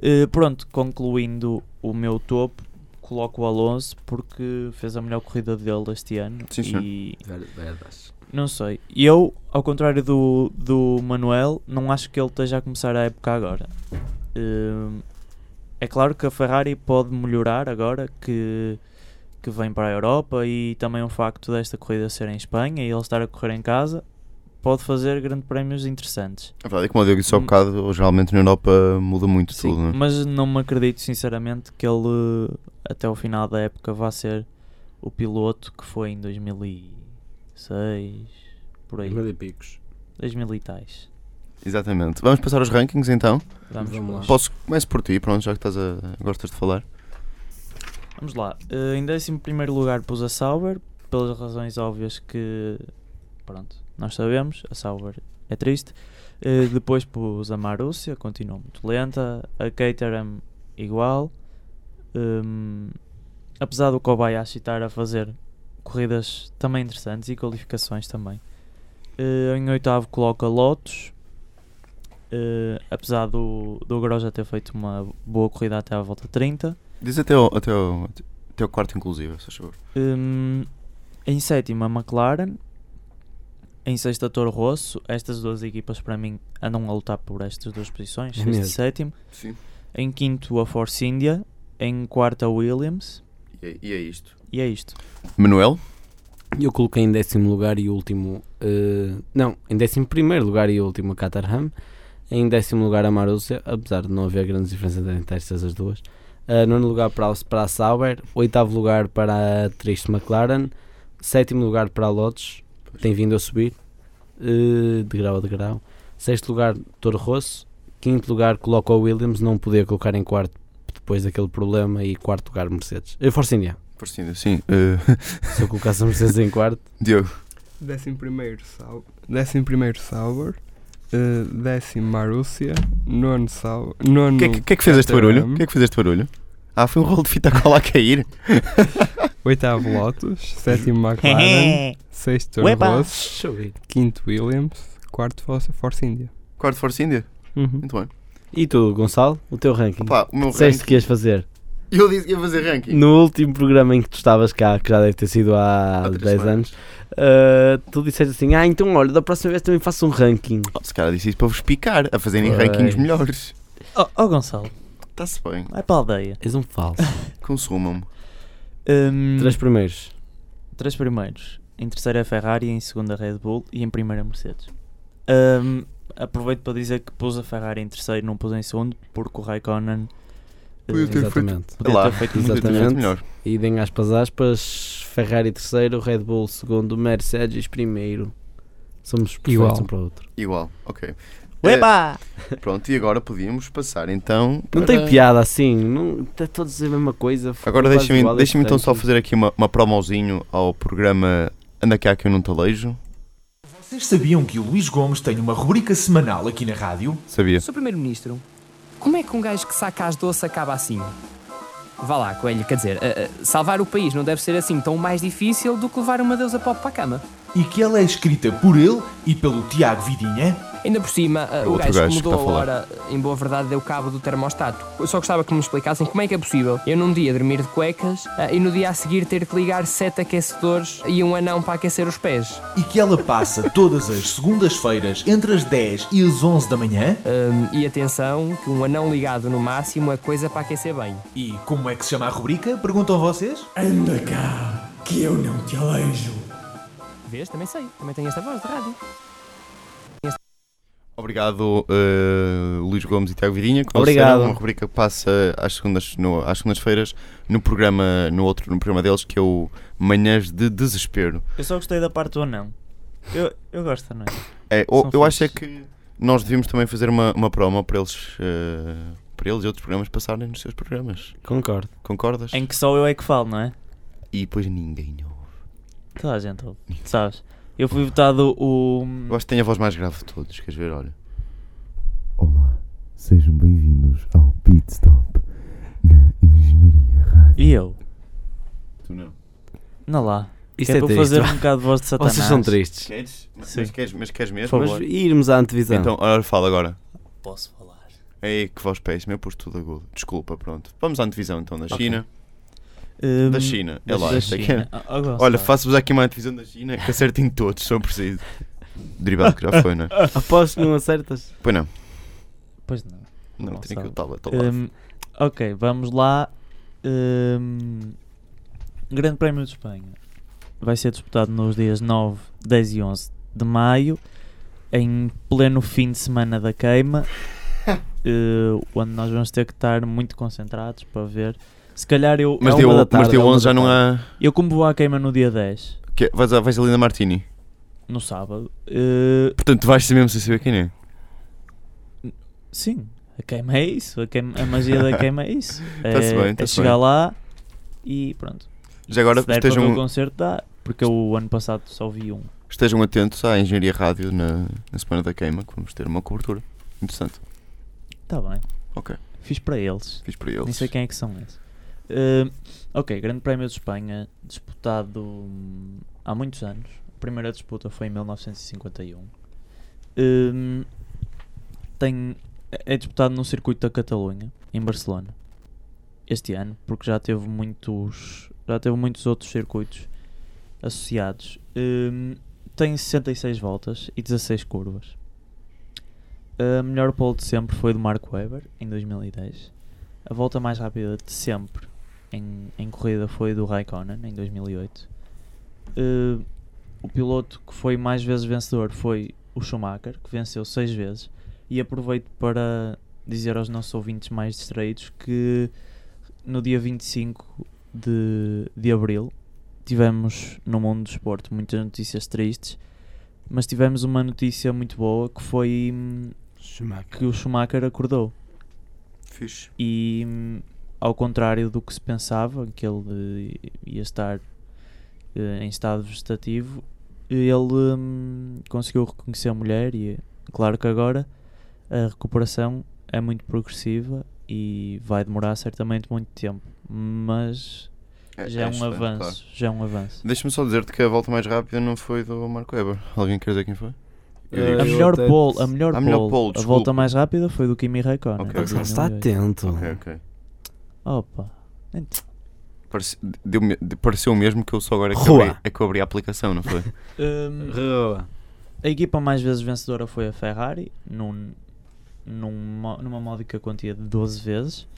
S5: Eh, pronto, concluindo o meu topo, coloco o Alonso porque fez a melhor corrida dele este ano.
S2: Sim, senhor.
S5: e não sei. Eu, ao contrário do, do Manuel, não acho que ele esteja a começar a época agora. Eh, é claro que a Ferrari pode melhorar agora que, que vem para a Europa e também o facto desta corrida ser em Espanha e ele estar a correr em casa pode fazer grandes prémios interessantes.
S2: A verdade é que, como eu digo, isso há
S5: Hum.
S2: bocado, geralmente na Europa muda muito
S5: Sim,
S2: tudo, não é?
S5: mas não me acredito sinceramente que ele até o final da época vá ser o piloto que foi em 2006, por aí, 2000 e tais.
S2: Exatamente. Vamos passar aos rankings então.
S5: Vamos,
S1: Vamos
S5: lá.
S1: lá.
S2: Posso, começo por ti, pronto, já que estás a, gostas de falar.
S5: Vamos lá. Eh, em 11 lugar pus a Sauber, pelas razões óbvias que pronto, nós sabemos, a Sauber é triste. Eh, depois pus a Marussia, continuou muito lenta, a Caterham igual. Hum, apesar do Kobayashi estar a fazer corridas também interessantes e qualificações também. Eh, em oitavo coloca Lotus. Eh, apesar do, do Groja ter feito uma boa corrida até à volta 30.
S2: Diz até ao, até ao, até ao quarto, inclusive, se faz favor.
S5: Hum, em sétimo, a McLaren. em sexta Toro Rosso. Estas duas equipas para mim andam a lutar por estas duas posições,
S1: É
S5: sexto e
S1: mesmo.
S5: sétimo.
S2: Sim.
S5: Em quinto a Force India, em quarto a Williams
S2: E é, e é isto.
S5: e é isto.
S2: Manuel?
S1: Eu coloquei em décimo lugar e último. eh, não, em décimo primeiro lugar e último a Caterham. Em décimo lugar a Marussia, apesar de não haver grandes diferenças entre estas as duas. Eh, nono lugar para, a- para a Sauber. Oitavo lugar para a Triste McLaren. Sétimo lugar para a Lotus, que tem vindo a subir eh, de grau a de grau. Sexto lugar, Toro Rosso. Quinto lugar, coloco a Williams. Não podia colocar em quarto depois daquele problema. E quarto lugar, Mercedes. Eh, Force India.
S2: Parecendo assim. eh,
S1: Se eu colocasse a Mercedes em quarto.
S2: Diogo.
S6: Décimo primeiro, Sau- décimo primeiro Sauber. eh, décimo Marúcia. Nono Sauber. Nono.
S2: O que, é que- que é que fez este barulho?
S6: Caterham.
S2: O que é que fez este barulho? Ah, foi um rolo de fita cola a cair.
S6: Oitavo Lotus. Sétimo McLaren. sexto Toro
S5: É. Uepa!
S6: Rosso.
S1: Deixa eu ver.
S6: Quinto Williams. Quarto Force, Force India.
S2: Quarto Force India.
S6: Uhum.
S2: Muito bem.
S1: E tu, Gonçalo, o teu ranking?
S2: Opa, o meu
S1: Disseste
S2: ranking.
S1: que ias fazer
S2: Eu disse que ia fazer ranking.
S1: no último programa em que tu estavas cá, que já deve ter sido há,
S2: Há três
S1: 10
S2: semanas.
S1: anos. ah, tu disseste assim: Ah, então olha, da próxima vez também faço um ranking.
S2: Oh, se calhar disse isso para vos picar, a fazerem
S1: Pois.
S2: rankings melhores.
S5: Oh, oh Gonçalo,
S2: Está-se bem.
S5: vai para a aldeia.
S1: És um falso.
S2: Consumam-me.
S5: Hum,
S1: Três primeiros.
S5: Três primeiros. Em terceira a Ferrari, em segunda a Red Bull e em primeira a Mercedes. Ahm, aproveito para dizer que pus a Ferrari em terceiro, não pus em segundo, porque o Raikkonen
S2: Podia
S5: eh,
S2: ter feito-
S1: Exatamente.
S5: podia
S2: Lá.
S5: ter feito
S2: Muito
S5: muito
S1: Exatamente.
S2: muito melhor.
S1: E deem aspas aspas: Ferrari terceiro, Red Bull segundo, Mercedes primeiro. Somos perfeitos
S6: Igual.
S1: um para o outro.
S2: Igual, ok.
S5: Uepa!
S2: Eh, pronto, e agora podíamos passar então.
S1: Não
S2: para-
S1: tem piada assim, não, tá todos a dizer a mesma coisa.
S2: Agora
S1: quase
S2: deixa-me
S1: igual é
S2: deixa-me
S1: este
S2: então só
S1: ranking.
S2: fazer aqui uma, uma promozinho ao programa Anda cá que eu não talejo.
S7: Vocês sabiam que o Luís Gomes tem uma rubrica semanal aqui na rádio?
S2: Sabia?
S8: Sr. Primeiro-Ministro, como é que um gajo que saca as doce acaba assim? Vá lá, Coelho, quer dizer, eh, eh, salvar o país não deve ser assim tão mais difícil do que levar uma deusa pop para a cama.
S7: E que ela é escrita por ele e pelo Tiago Vidinha?
S8: Ainda por cima, eh,
S2: É
S8: o
S2: outro
S8: gajo,
S2: gajo
S8: que
S2: que
S8: mudou
S2: está a
S8: a
S2: falar.
S8: hora, eh, em boa verdade, deu cabo do termostato. Eu só gostava que me explicassem como é que é possível eu num dia dormir de cuecas eh, e no dia a seguir ter que ligar sete aquecedores e um anão para aquecer os pés.
S7: E que ela passa todas as segundas-feiras entre as 10 e as 11 da manhã?
S9: Ah.
S8: Ahm, Hum, e atenção, que um anão ligado no máximo é coisa para aquecer bem.
S7: E como é que se chama a rubrica? Perguntam vocês?
S9: Anda cá, que eu não te aleijo.
S8: Vês? Também sei, também tenho esta voz de rádio.
S2: Obrigado, eh, Luís Gomes e Tiago Virinha, que vocês
S1: Obrigado.
S2: fizeram uma rubrica que passa às segundas no- às segundas-feiras no programa no outro no programa deles que é o Manhãs de Desespero.
S5: Eu só gostei da parte do anão. Eu, eu gosto, não é?
S2: É, ou-
S5: São
S2: eu
S5: fixes.
S2: acho é que nós devíamos também fazer uma, uma promo para eles, eh, para eles e outros programas passarem nos seus programas.
S1: Concordo.
S2: Concordas?
S5: Em que só eu é que falo, não é?
S2: E depois ninguém ouve.
S5: Toda a gente ouve, sabes? Eu fui votado o.
S2: Eu acho que tenho a voz mais grave de todos. Queres ver? Olha. Olá, sejam bem-vindos ao Pit Stop na Engenharia Rádio.
S5: E eu?
S2: Tu não.
S5: Na lá.
S1: Isto
S5: que é,
S1: é
S5: para eu
S1: triste.
S5: fazer um bocado de voz de Satanás.
S1: Vocês são tristes.
S2: Queres? Mas,
S5: Sim.
S2: mas queres? Mas queres mesmo?
S5: Por
S1: Mas
S5: favor.
S1: irmos à antevisão.
S2: É Então, olha, fala agora.
S5: Posso falar.
S2: Ei, que voz péssima, eu pus tudo agudo. Desculpa, pronto. Vamos à antevisão então da
S5: Ok.
S2: China.
S5: Hum,
S2: Da China, é lá.
S5: da
S2: isto é que é.
S5: China. Oh, oh, Gonçalo.
S2: Olha, faço-vos aqui uma antevisão da China que acertem todos, se eu preciso. Derivado que já foi, não é?
S1: Aposto que não acertas.
S2: Pois não.
S5: Pois não.
S2: Não,
S5: Não
S2: tenho aqui
S5: sabe.
S2: o tablet ao lado.
S5: Hum, ok, vamos lá. Hum, Grande Prémio de Espanha vai ser disputado nos dias 9, 10 e 11 de maio, em pleno fim de semana da queima, eh, onde nós vamos ter que estar muito concentrados para ver. Se calhar eu,
S2: Mas
S1: uma
S2: deu,
S1: da
S2: mas
S1: tarde,
S2: deu
S1: é uma
S2: 11 já
S1: da
S2: não há.
S5: eu como vou à queima no dia 10,
S2: Que, é, vais, à- vais ali na Martini.
S5: no sábado, eh,
S2: Portanto, vais ser mesmo sem saber quem é.
S5: Sim, a queima é isso. A, queima- a magia da queima é isso.
S2: Tá-se
S5: é,
S2: bem,
S5: é
S2: tá-se
S5: chegar
S2: bem.
S5: lá e pronto.
S2: Já agora um-
S5: Se der para ver o
S2: estejam,
S5: concerto, dá. Porque eu o ano passado só vi um.
S2: estejam atentos à Engenharia Rádio na, na semana da queima, que vamos ter uma cobertura. Interessante.
S5: Está Tá bem.
S2: Ok.
S5: Fiz para eles.
S2: Fiz para eles.
S5: Nem sei quem é que são esses. Eh, ok, Grande Prémio de Espanha, disputado hum, há muitos anos. A primeira disputa foi em 1951. Hum, tem, é disputado no circuito da Catalunha, em Barcelona, este ano, porque já teve muitos, já teve muitos outros circuitos associados. Hum, tem 66 voltas e 16 curvas. A melhor pole de sempre foi do Mark Webber, em 2010. A volta mais rápida de sempre em, em corrida foi do Raikkonen, em 2008. Eh, o piloto que foi mais vezes vencedor foi o Schumacher, que venceu 6 vezes. E aproveito para dizer aos nossos ouvintes mais distraídos que no dia 25 de, de abril tivemos no mundo do esporte muitas notícias tristes, mas tivemos uma notícia muito boa que foi hum, que o Schumacher acordou.
S2: Fixe.
S5: E hum, ao contrário do que se pensava, que ele eh, ia estar eh, em estado vegetativo, ele hum, conseguiu reconhecer a mulher e claro que agora a recuperação é muito progressiva e vai demorar certamente muito tempo, mas já é, um
S2: excelente,
S5: avanço,
S2: claro.
S5: já é um avanço.
S2: Deixa-me só dizer-te que a volta mais rápida não foi do Marco Weber. Alguém quer dizer quem foi? Eu
S1: Eh,
S5: A
S2: digo-
S1: eu
S5: melhor
S1: até-
S5: pole, a melhor
S2: A melhor
S5: pole,
S2: pole,
S5: a
S2: desculpa.
S5: volta mais rápida foi do Kimi Raikkonen.
S2: Ok,
S5: em
S2: ok.
S1: Ele está
S5: 2008.
S1: atento.
S2: Ok, ok.
S5: Opa. Ent-
S2: Parece- deu-me- de- Pareceu mesmo que eu só agora é que,
S1: Rua.
S2: abri, é que eu abri a aplicação, não foi?
S5: Hum,
S1: Rua.
S5: a equipa mais vezes vencedora foi a Ferrari, num, numa, numa módica quantia de 12 vezes.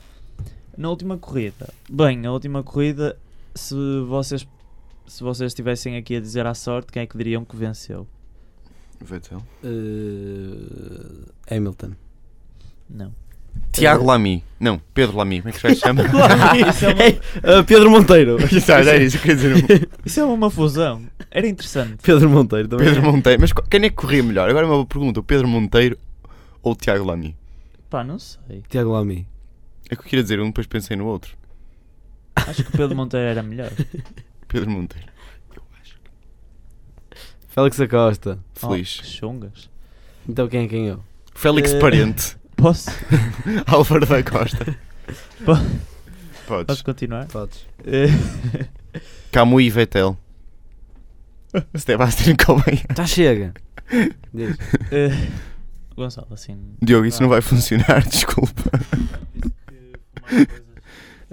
S5: Na última corrida, bem, a última corrida, se vocês se vocês estivessem aqui a dizer à sorte, quem é que diriam que venceu?
S2: Vettel.
S1: Eh, Hamilton.
S5: Não.
S2: Tiago Lamy. Não, Pedro Lamy. Como é que já se chama?
S5: isso, é uma,
S1: Eh, Pedro Monteiro.
S2: Isso, era isso, quer dizer, o
S5: isso é uma fusão. Era interessante.
S1: Pedro Monteiro também.
S2: Pedro Monteiro. Mas qu- quem é que corria melhor? Agora é uma boa pergunta. O Pedro Monteiro ou o Tiago Lamy?
S5: Pá, não sei.
S1: Tiago Lamy.
S2: É que eu queria dizer um, depois pensei no outro.
S5: Acho que o Pedro Monteiro era melhor.
S2: Pedro Monteiro.
S1: Félix Acosta.
S5: Oh,
S2: Feliz.
S5: que chungas.
S1: Então quem é quem eu?
S2: Félix
S5: Eh,
S2: Parente.
S5: Posso,
S2: Álvaro da Costa.
S5: po-
S2: Podes.
S5: posso continuar?
S1: Podes.
S5: Eh,
S2: Camus e Vettel. Sebastian Cobain.
S1: Tá, chega. Diz.
S5: eh, Gonçalo, assim.
S2: Diogo, isso não vai funcionar, desculpa.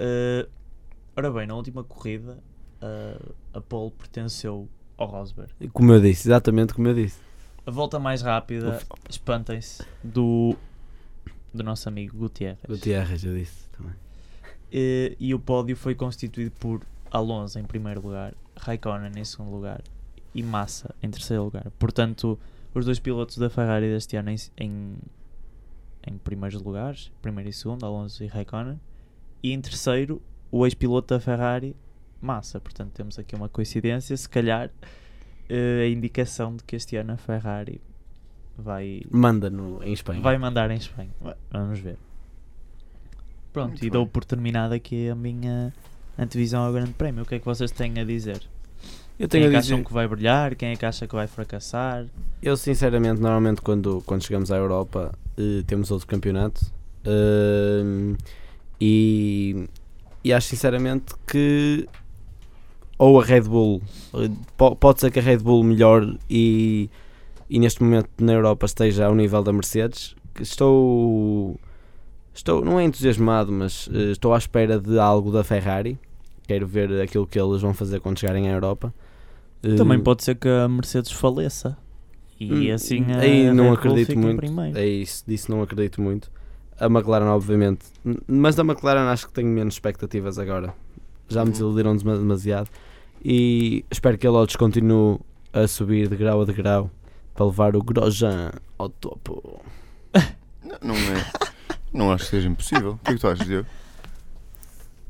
S5: Eh, ora bem, na última corrida, eh, a pole pertenceu ao Rosberg.
S1: Como eu disse, exatamente como eu disse.
S5: A volta mais rápida, espantem-se, do, do nosso amigo Gutierrez.
S1: Gutierrez, eu disse também.
S5: Eh, e o pódio foi constituído por Alonso em primeiro lugar, Raikkonen em segundo lugar e Massa em terceiro lugar. Portanto, os dois pilotos da Ferrari deste ano em, em, em primeiros lugares, primeiro e segundo, Alonso e Raikkonen, e em terceiro o ex-piloto da Ferrari, Massa. Portanto, temos aqui uma coincidência, se calhar eh, a indicação de que este ano a Ferrari vai
S1: Manda no, em Espanha.
S5: Vai mandar em Espanha. Va- Vamos ver. Pronto,
S2: Muito
S5: e dou
S2: bem.
S5: por terminada aqui a minha antevisão ao Grande Prémio. O que é que vocês têm a dizer?
S1: Eu
S5: Quem é
S1: tenho
S5: que
S1: a
S5: acham
S1: dizer,
S5: que vai brilhar? Quem é que acha que vai fracassar?
S1: eu sinceramente, normalmente quando, quando chegamos à Europa eh, temos outro campeonato Ahm, e, e acho sinceramente que ou a Red Bull, eh, po- pode ser que a Red Bull melhore e, e neste momento na Europa esteja ao nível da Mercedes. que Estou, estou não é entusiasmado, mas eh, estou à espera de algo da Ferrari. Quero ver aquilo que eles vão fazer quando chegarem à Europa. Eh,
S5: Também pode ser que a Mercedes faleça. E
S1: Hum,
S5: assim a
S1: aí não
S5: Red Bull
S1: acredito
S5: fica em
S1: muito.
S5: primeiro.
S1: É isso, disso não acredito muito. A McLaren, obviamente. N- Mas da McLaren acho que tenho menos expectativas agora. Já me
S2: Uhum.
S1: desiludiram desma- demasiado. E espero que a Lotus continue a subir de grau a degrau para levar o Grosjean ao topo.
S2: Não, não é. Não acho que seja impossível. O que é que tu achas, Diogo?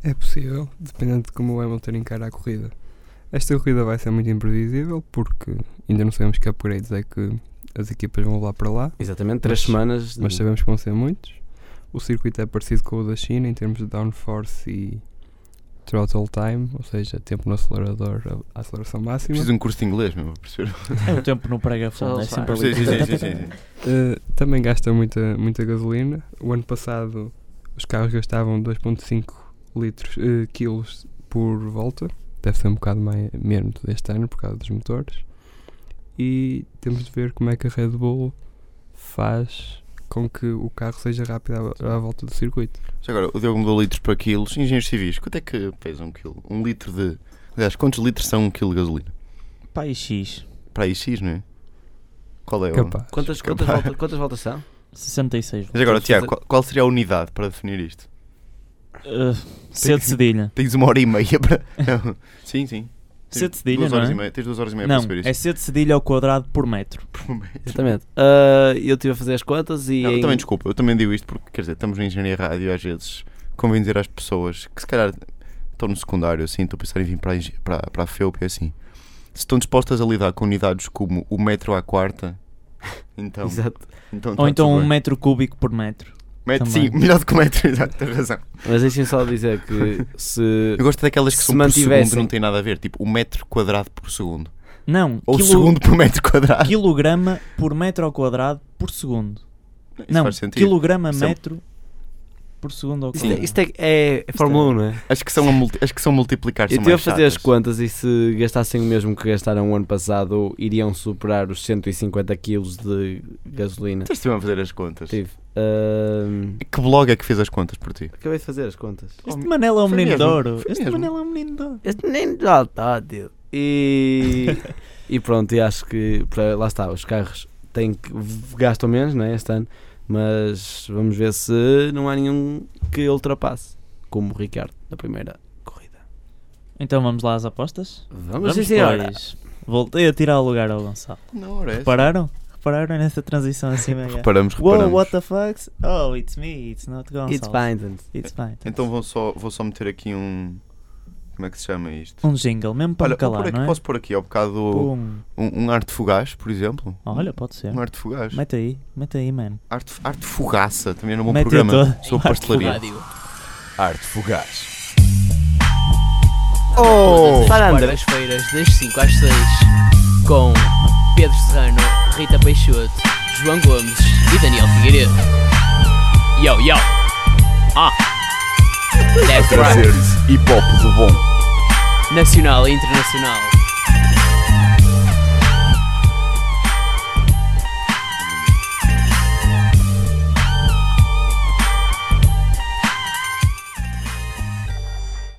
S6: É possível, dependendo de como o Hamilton encara a corrida. Esta corrida vai ser muito imprevisível porque ainda não sabemos que upgrades é que as equipas vão levar para lá,
S1: Exatamente, três
S6: Mas-
S1: semanas.
S6: mas
S1: de...
S6: sabemos que vão ser muitos. O circuito é parecido com o da China em termos de downforce e throttle time, ou seja, tempo no acelerador, a- a aceleração máxima.
S2: Preciso de um curso de inglês mesmo para perceber.
S5: É o tempo no prega fundo. É
S1: Sim,
S5: sempre
S2: Sim,
S5: ali.
S2: sim, sim, sim, sim.
S6: Uh, também gasta muita, muita gasolina. O ano passado os carros gastavam 2,5 litros uh, quilos por volta. Deve ser um bocado mais, menos deste ano por causa dos motores. E temos de ver como é que a Red Bull faz com que o carro seja rápido à, à volta do circuito.
S2: Já agora, o Diogo mudou litros para quilos. Engenheiros civis, quanto é que pesa um quilo? Um litro de. Aliás, quantos litros são um quilo de gasolina?
S5: Pai X.
S2: para aí X, não é? Qual é o.
S6: Capaz.
S1: Quantas,
S2: Desculpa.
S1: quantas, voltas, quantas voltas são?
S5: 66.
S2: Mas agora,
S1: Temos de
S2: Tiago,
S1: fazer-
S2: qual, qual seria a unidade para definir isto?
S5: Uh, C de cedilha.
S2: Tens uma hora e meia para. Não. Sim, sim. Tens
S5: C de cedilha,
S2: duas
S5: não
S2: horas
S5: é?
S2: e meia. Tens duas horas e meia
S5: Não,
S2: para perceber
S5: é
S2: isto.
S5: C de cedilha ao quadrado por metro.
S1: Exatamente. Ah, eu estive a fazer as contas e.
S2: Não, eu
S1: em-
S2: também desculpa, eu também digo isto porque, quer dizer, estamos na engenharia rádio e às vezes convém dizer às pessoas que se calhar estão no secundário, assim, estão a pensar em vir para a, engen- para, para a FEUP e assim. Se estão dispostas a lidar com unidades como o metro à quarta, então.
S1: Exato.
S2: então
S5: Ou
S2: tá
S5: então
S2: tudo
S5: um
S2: bem.
S5: metro cúbico por metro.
S2: Metro,
S5: também.
S2: Sim, melhor do que o metro, exato, tens razão.
S1: Mas deixem só dizer que se.
S2: Eu gosto daquelas que
S1: Se
S2: são por segundo,
S1: mantivessem-
S2: não tem nada a ver, tipo um metro quadrado por segundo.
S5: Não,
S2: Ou
S5: quilo-
S2: segundo por metro quadrado.
S5: quilograma por metro ao quadrado por segundo.
S2: Isso
S5: não,
S2: faz sentido.
S5: quilograma
S2: Isso é-
S5: metro por segundo ao
S1: Isto,
S5: quadrado.
S1: é, isto é- é, é Fórmula 1, não é?
S2: Acho que são, a multi... Acho que são multiplicar
S1: Eu
S2: são
S1: estive a
S2: mais
S1: fazer as
S2: chatas.
S1: contas e se gastassem o mesmo que gastaram o ano passado, iriam superar os 150 kg de gasolina.
S2: Vocês estiveram a fazer as contas.
S1: Tive. Ahm,
S2: Que blog é que fez as contas por ti?
S1: acabei de fazer as contas.
S5: Este Manela é um
S2: Foi
S5: menino de
S2: mesmo,
S5: ouro.
S2: foi
S5: Este
S2: mesmo.
S5: Manela é um menino de ouro.
S1: Este menino já está, tio. E, e pronto, e acho que para- lá está, os carros têm que gastam menos, não é? Este ano, mas vamos ver se não há nenhum que ultrapasse, como o Ricardo na primeira corrida.
S5: Então vamos lá às apostas.
S1: Vamos, sim,
S5: Vamos
S1: senhora.
S5: pois. Voltei a tirar o lugar ao Gonçalo.
S2: Não, ora é.
S5: Repararam? Repararam nessa transição assim meio...
S2: Reparamos,
S5: Whoa,
S2: reparamos.
S5: what the fuck? Oh, it's me, it's not Gonçalo.
S1: It's Biden.
S5: It's fine.
S2: Então vou só, vou só meter aqui um. Como é que se chama isto?
S5: Um jingle, mesmo para
S2: Olha,
S5: me
S2: vou
S5: calar,
S2: pôr aqui-
S5: não é?
S2: posso pôr aqui ao bocado
S5: Pum.
S2: um, um arte fugaz, por exemplo?
S5: Olha, pode ser.
S2: Um arte fugaz.
S5: Mete aí, mete aí, mano.
S2: Arte, arte fugaça, também era um bom
S5: Mete
S2: programa.
S5: todo.
S2: Sou pastelaria.
S4: Arte fugaz.
S2: Oh!
S1: Sarandra.
S10: Quartas-feiras, das 5 às 6, com Pedro Serrano, Rita Peixoto, João Gomes e Daniel Figueiredo. Yo, yo! Ah! That's right!
S4: Trazer-lhes hip hop do bom.
S10: Nacional e internacional.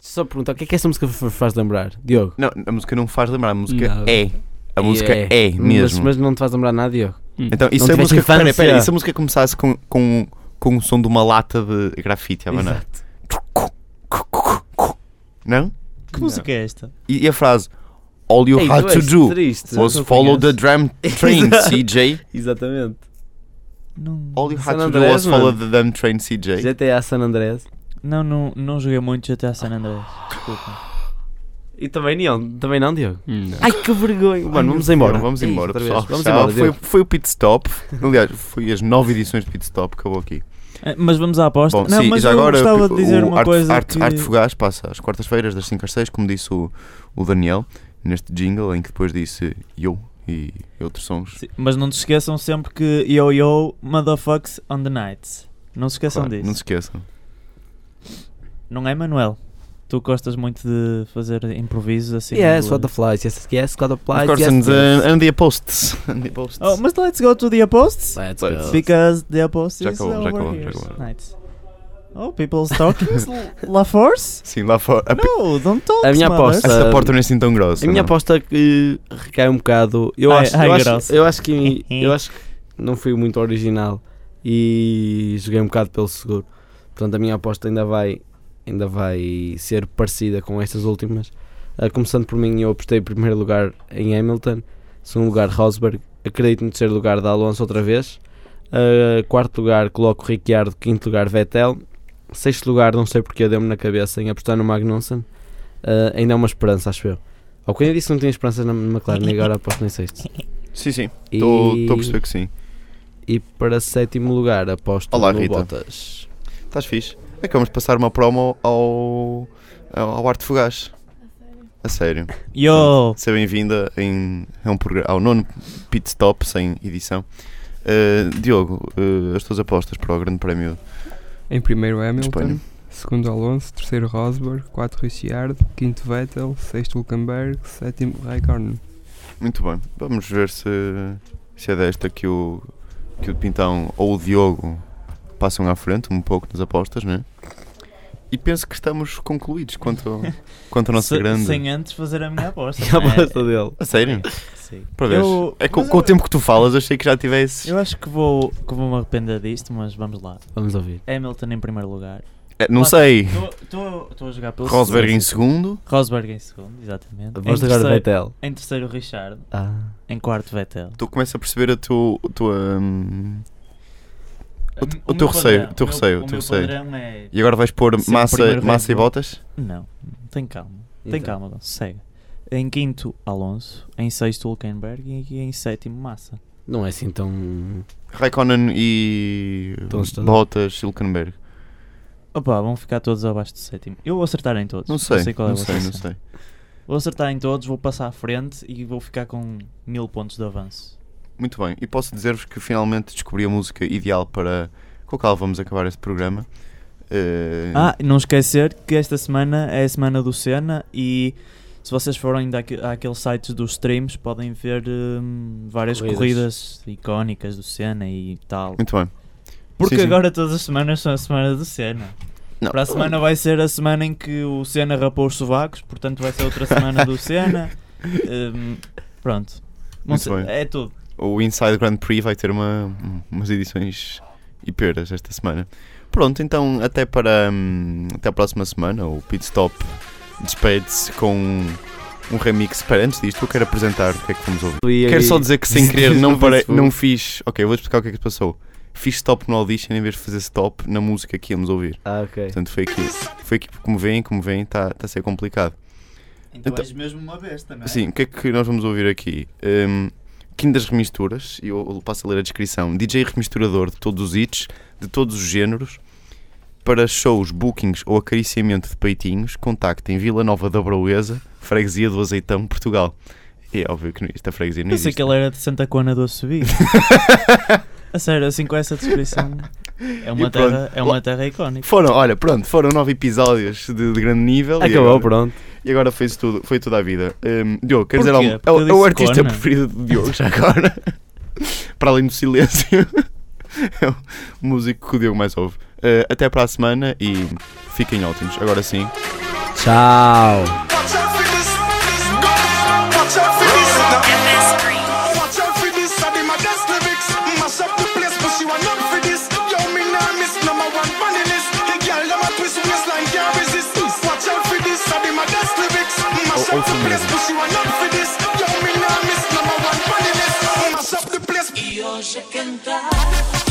S1: Só perguntar, o que é que essa música fa- faz lembrar? Diogo?
S2: Não, a música não me faz lembrar, a música
S6: Não.
S2: é. A música é,
S1: Mas-
S2: mesmo.
S1: Mas, não te faz lembrar nada, Diogo?
S2: então, e
S1: não
S2: se a
S1: tiveste
S2: música, pera, pera, e
S1: infância.
S2: se a é música começasse com, com, com o som de uma lata de grafite é à banana?
S1: Exato.
S2: Não?
S5: Que música é esta?
S2: E, e a frase All you
S1: Ei,
S2: had
S1: tu
S2: to
S1: és
S2: do
S1: triste.
S2: was
S1: Não
S2: follow the
S1: conheces.
S2: drum train,
S1: Exato.
S2: CJ.
S1: Exatamente.
S5: Não,
S2: All you
S1: San
S2: had to do
S1: Andrés,
S2: was follow
S1: mano.
S2: the drum train, CJ.
S1: GTA San Andreas.
S5: não, não, não joguei muito GTA
S1: Oh,
S5: San Andreas. Desculpa.
S1: E também não, também não Diogo?
S6: Não.
S1: Ai que vergonha.
S2: Ai,
S1: Mano,
S2: meu
S1: vamos
S2: Deus,
S1: embora.
S2: Vamos
S1: Ei,
S2: embora,
S1: outra vez.
S2: pessoal.
S1: Vamos
S2: Tchau.
S1: embora,
S2: foi,
S1: Diogo.
S2: foi o pit stop. Aliás, foi as nove edições de pit stop que acabou aqui.
S5: Eh, Mas vamos à aposta.
S2: Bom,
S5: não,
S2: sim,
S5: mas
S2: já
S5: eu
S2: agora
S5: gostava de
S2: o-
S5: dizer
S2: o
S5: uma
S2: arte,
S5: coisa.
S2: Arte,
S5: que...
S2: Arte Fugaz passa às quartas-feiras, das 5 às 6, como disse o, o Daniel, neste jingle, em que depois disse eu e outros sons.
S5: Sim, mas não te esqueçam sempre que yo yo motherfucks on the nights. Não se esqueçam
S2: Claro,
S5: disso.
S2: não se esqueçam.
S5: Não é, Manuel? Tu gostas muito de fazer improvisos assim?
S1: Yes,
S5: de-
S1: what the flies. Yes, yes, what the
S2: Of
S1: flies.
S2: course,
S1: Yes,
S2: and,
S1: yes.
S2: uh, and the posts. And the posts.
S5: Oh, mas let's go to the posts.
S1: Let's
S2: Let's
S1: go.
S5: Because the posts
S2: Já
S5: is
S2: acabou, já
S5: over
S2: acabou, já
S5: here.
S2: acabou.
S5: Nights. Oh, people's talking. La Force?
S2: Sim, lá fora. A-
S5: No, don't talk.
S1: A minha
S5: mothers.
S1: aposta-
S2: Essa porta não é assim tão grossa.
S1: A minha
S2: não.
S1: aposta que recai um bocado. Eu
S5: Ai,
S1: acho,
S5: ai,
S1: eu, acho
S5: grossa.
S1: eu acho que eu acho que não fui muito original e joguei um bocado pelo seguro. Portanto, a minha aposta ainda vai ainda vai ser parecida com estas últimas. Ah, começando por mim, eu apostei em primeiro lugar em Hamilton, segundo lugar Rosberg, acredito no terceiro lugar da Alonso outra vez. Ah, quarto lugar coloco Ricciardo, quinto lugar Vettel, sexto lugar não sei porque deu-me na cabeça em apostar no Magnussen. Ah, ainda é uma esperança, acho eu. Ao que eu disse que não tinha esperanças na McLaren e agora aposto em sexto.
S2: Sim, sim.
S1: E-
S2: Estou a perceber que sim.
S1: E para sétimo lugar aposto
S2: Olá,
S1: no
S2: Rita.
S1: Bottas.
S2: Estás fixe? Acabamos de passar uma promo ao, ao, ao Arte Fugaz. A sério.
S5: Yo!
S2: Seja bem-vinda em, a um progra- ao nono pit stop sem edição. Uh, Diogo, uh, as tuas apostas para o Grande Prémio
S6: Em primeiro
S2: de
S6: Hamilton,
S2: Espanha.
S6: segundo Alonso, terceiro Rosberg, quarto Ricciardo, quinto Vettel, sexto Hülkenberg, sétimo Raikkonen.
S2: Muito bem. Vamos ver se, se é desta que o, que o Pintão ou o Diogo passam à frente um pouco nas apostas, né? E penso que estamos concluídos quanto, ao- quanto à nossa
S5: Se-
S2: grande.
S5: Sem antes fazer a minha aposta.
S1: E a
S5: né?
S1: aposta dele.
S2: A sério?
S5: sei.
S2: Para veres.
S5: Eu-
S2: É com,
S5: mas
S2: com o
S5: eu-
S2: tempo que tu falas, achei que já tivesses.
S5: Eu acho que vou, que vou me arrepender disto, mas vamos lá.
S1: Vamos ouvir.
S5: Hamilton em primeiro lugar.
S2: É, Não
S5: Lá-
S2: sei.
S5: Estou a jogar pelo
S2: Rosberg em
S5: segundo.
S2: segundo.
S5: Rosberg em segundo, exatamente.
S1: A voz
S5: em,
S1: agora
S5: terceiro,
S1: vai Vettel.
S5: em terceiro, Richard.
S1: Ah.
S5: Em quarto, Vettel.
S2: Tu começas a perceber a tua. a tua, hum, O t- o
S5: meu
S2: teu receio,
S5: padrão-
S2: o teu
S5: meu-
S2: receio, o
S5: o
S2: teu
S5: meu
S2: receio.
S5: padrão é-
S2: E agora vais pôr
S5: Sempre
S2: massa,
S5: primeiro
S2: massa e
S5: Red Bull.
S2: botas?
S5: Não, tem calma. Tem
S1: Então.
S5: calma, Gonçalo, segue. Em quinto, Alonso. Em sexto, Hulkenberg. E em sétimo, Massa.
S1: Não é assim tão.
S2: Raikkonen e.
S1: Estão assustadores.
S2: Botas, Silkenberg.
S5: Opa, vão ficar todos abaixo do sétimo. Eu vou acertar em todos.
S2: Não sei,
S5: Eu sei qual é
S2: não
S5: a
S2: sei,
S5: votação.
S2: não sei.
S5: Vou acertar em todos, vou passar à frente e vou ficar com mil pontos de avanço.
S2: Muito bem, e posso dizer-vos que finalmente descobri a música ideal para com a qual vamos acabar este programa. Eh,
S5: Ah, e não esquecer que esta semana é a semana do Senna e se vocês forem daque- àqueles sites dos streams podem ver hum, várias
S1: Corridas.
S5: corridas. icónicas do Senna e tal.
S2: Muito bem.
S5: Porque
S2: Sim, sim.
S5: agora todas as semanas são a semana do Senna.
S2: Não.
S5: Para a semana vai ser a semana em que o Senna rapou os sovacos, portanto vai ser outra semana do Senna. Hum, pronto. Não
S2: Muito
S5: sei,
S2: bem.
S5: é tudo.
S2: O Inside Grand Prix vai ter uma, umas edições e peras esta semana. Pronto, então até para hum, até a próxima semana. O Pit Stop despede-se com um remix. Espera, antes disto, eu quero apresentar o que é que vamos ouvir. Quero só dizer que sem querer não, parei, não fiz. Ok, vou explicar o que é que se passou. Fiz stop no audition em vez de fazer stop na música que íamos ouvir.
S1: Ah, ok.
S2: Portanto, foi aqui. Foi aqui, como veem, como veem, está a ser complicado.
S5: Então,
S2: Então-
S5: és mesmo uma besta, não é?
S2: Sim, o que é que nós vamos ouvir aqui? Hum, King das Remisturas, e eu passo a ler a descrição. DJ remisturador de todos os hits, de todos os géneros. Para shows, bookings ou acariciamento de peitinhos, contactem Vila Nova da Broeza, Freguesia do Azeitão, Portugal. É óbvio que esta freguesia não é?
S5: Pensei
S2: existe. né?
S5: que ele é era de Santa Cona do Assobio. a sério, assim com essa descrição. É uma,
S2: E pronto.
S5: terra, é uma terra icónica.
S2: Foram, olha, pronto, foram nove episódios de, de grande nível. e
S1: Acabou,
S2: agora-
S1: pronto.
S2: E agora foi tudo, foi tudo à vida. Hum, Diogo, quer dizer
S5: Porquê?
S2: algo? É,
S5: Porque eu
S2: o- é o
S5: disse
S2: artista
S5: Conan.
S2: preferido de Diogo já agora. para além do silêncio. é o músico que o Diogo mais ouve. Eh, até para a semana e fiquem ótimos. Agora sim.
S1: Tchau.
S9: Watch out for this. Watch out for this. Watch out for this. I did my best lyrics. Mash up the place, but she want up for this. Yo, me nah miss number one man in this. The girl them a twist waistline can't resist. Watch out for this. I did my best lyrics. Mash up the place, but she want up for this. Yo, me nah miss number one man in this. Mash up the place.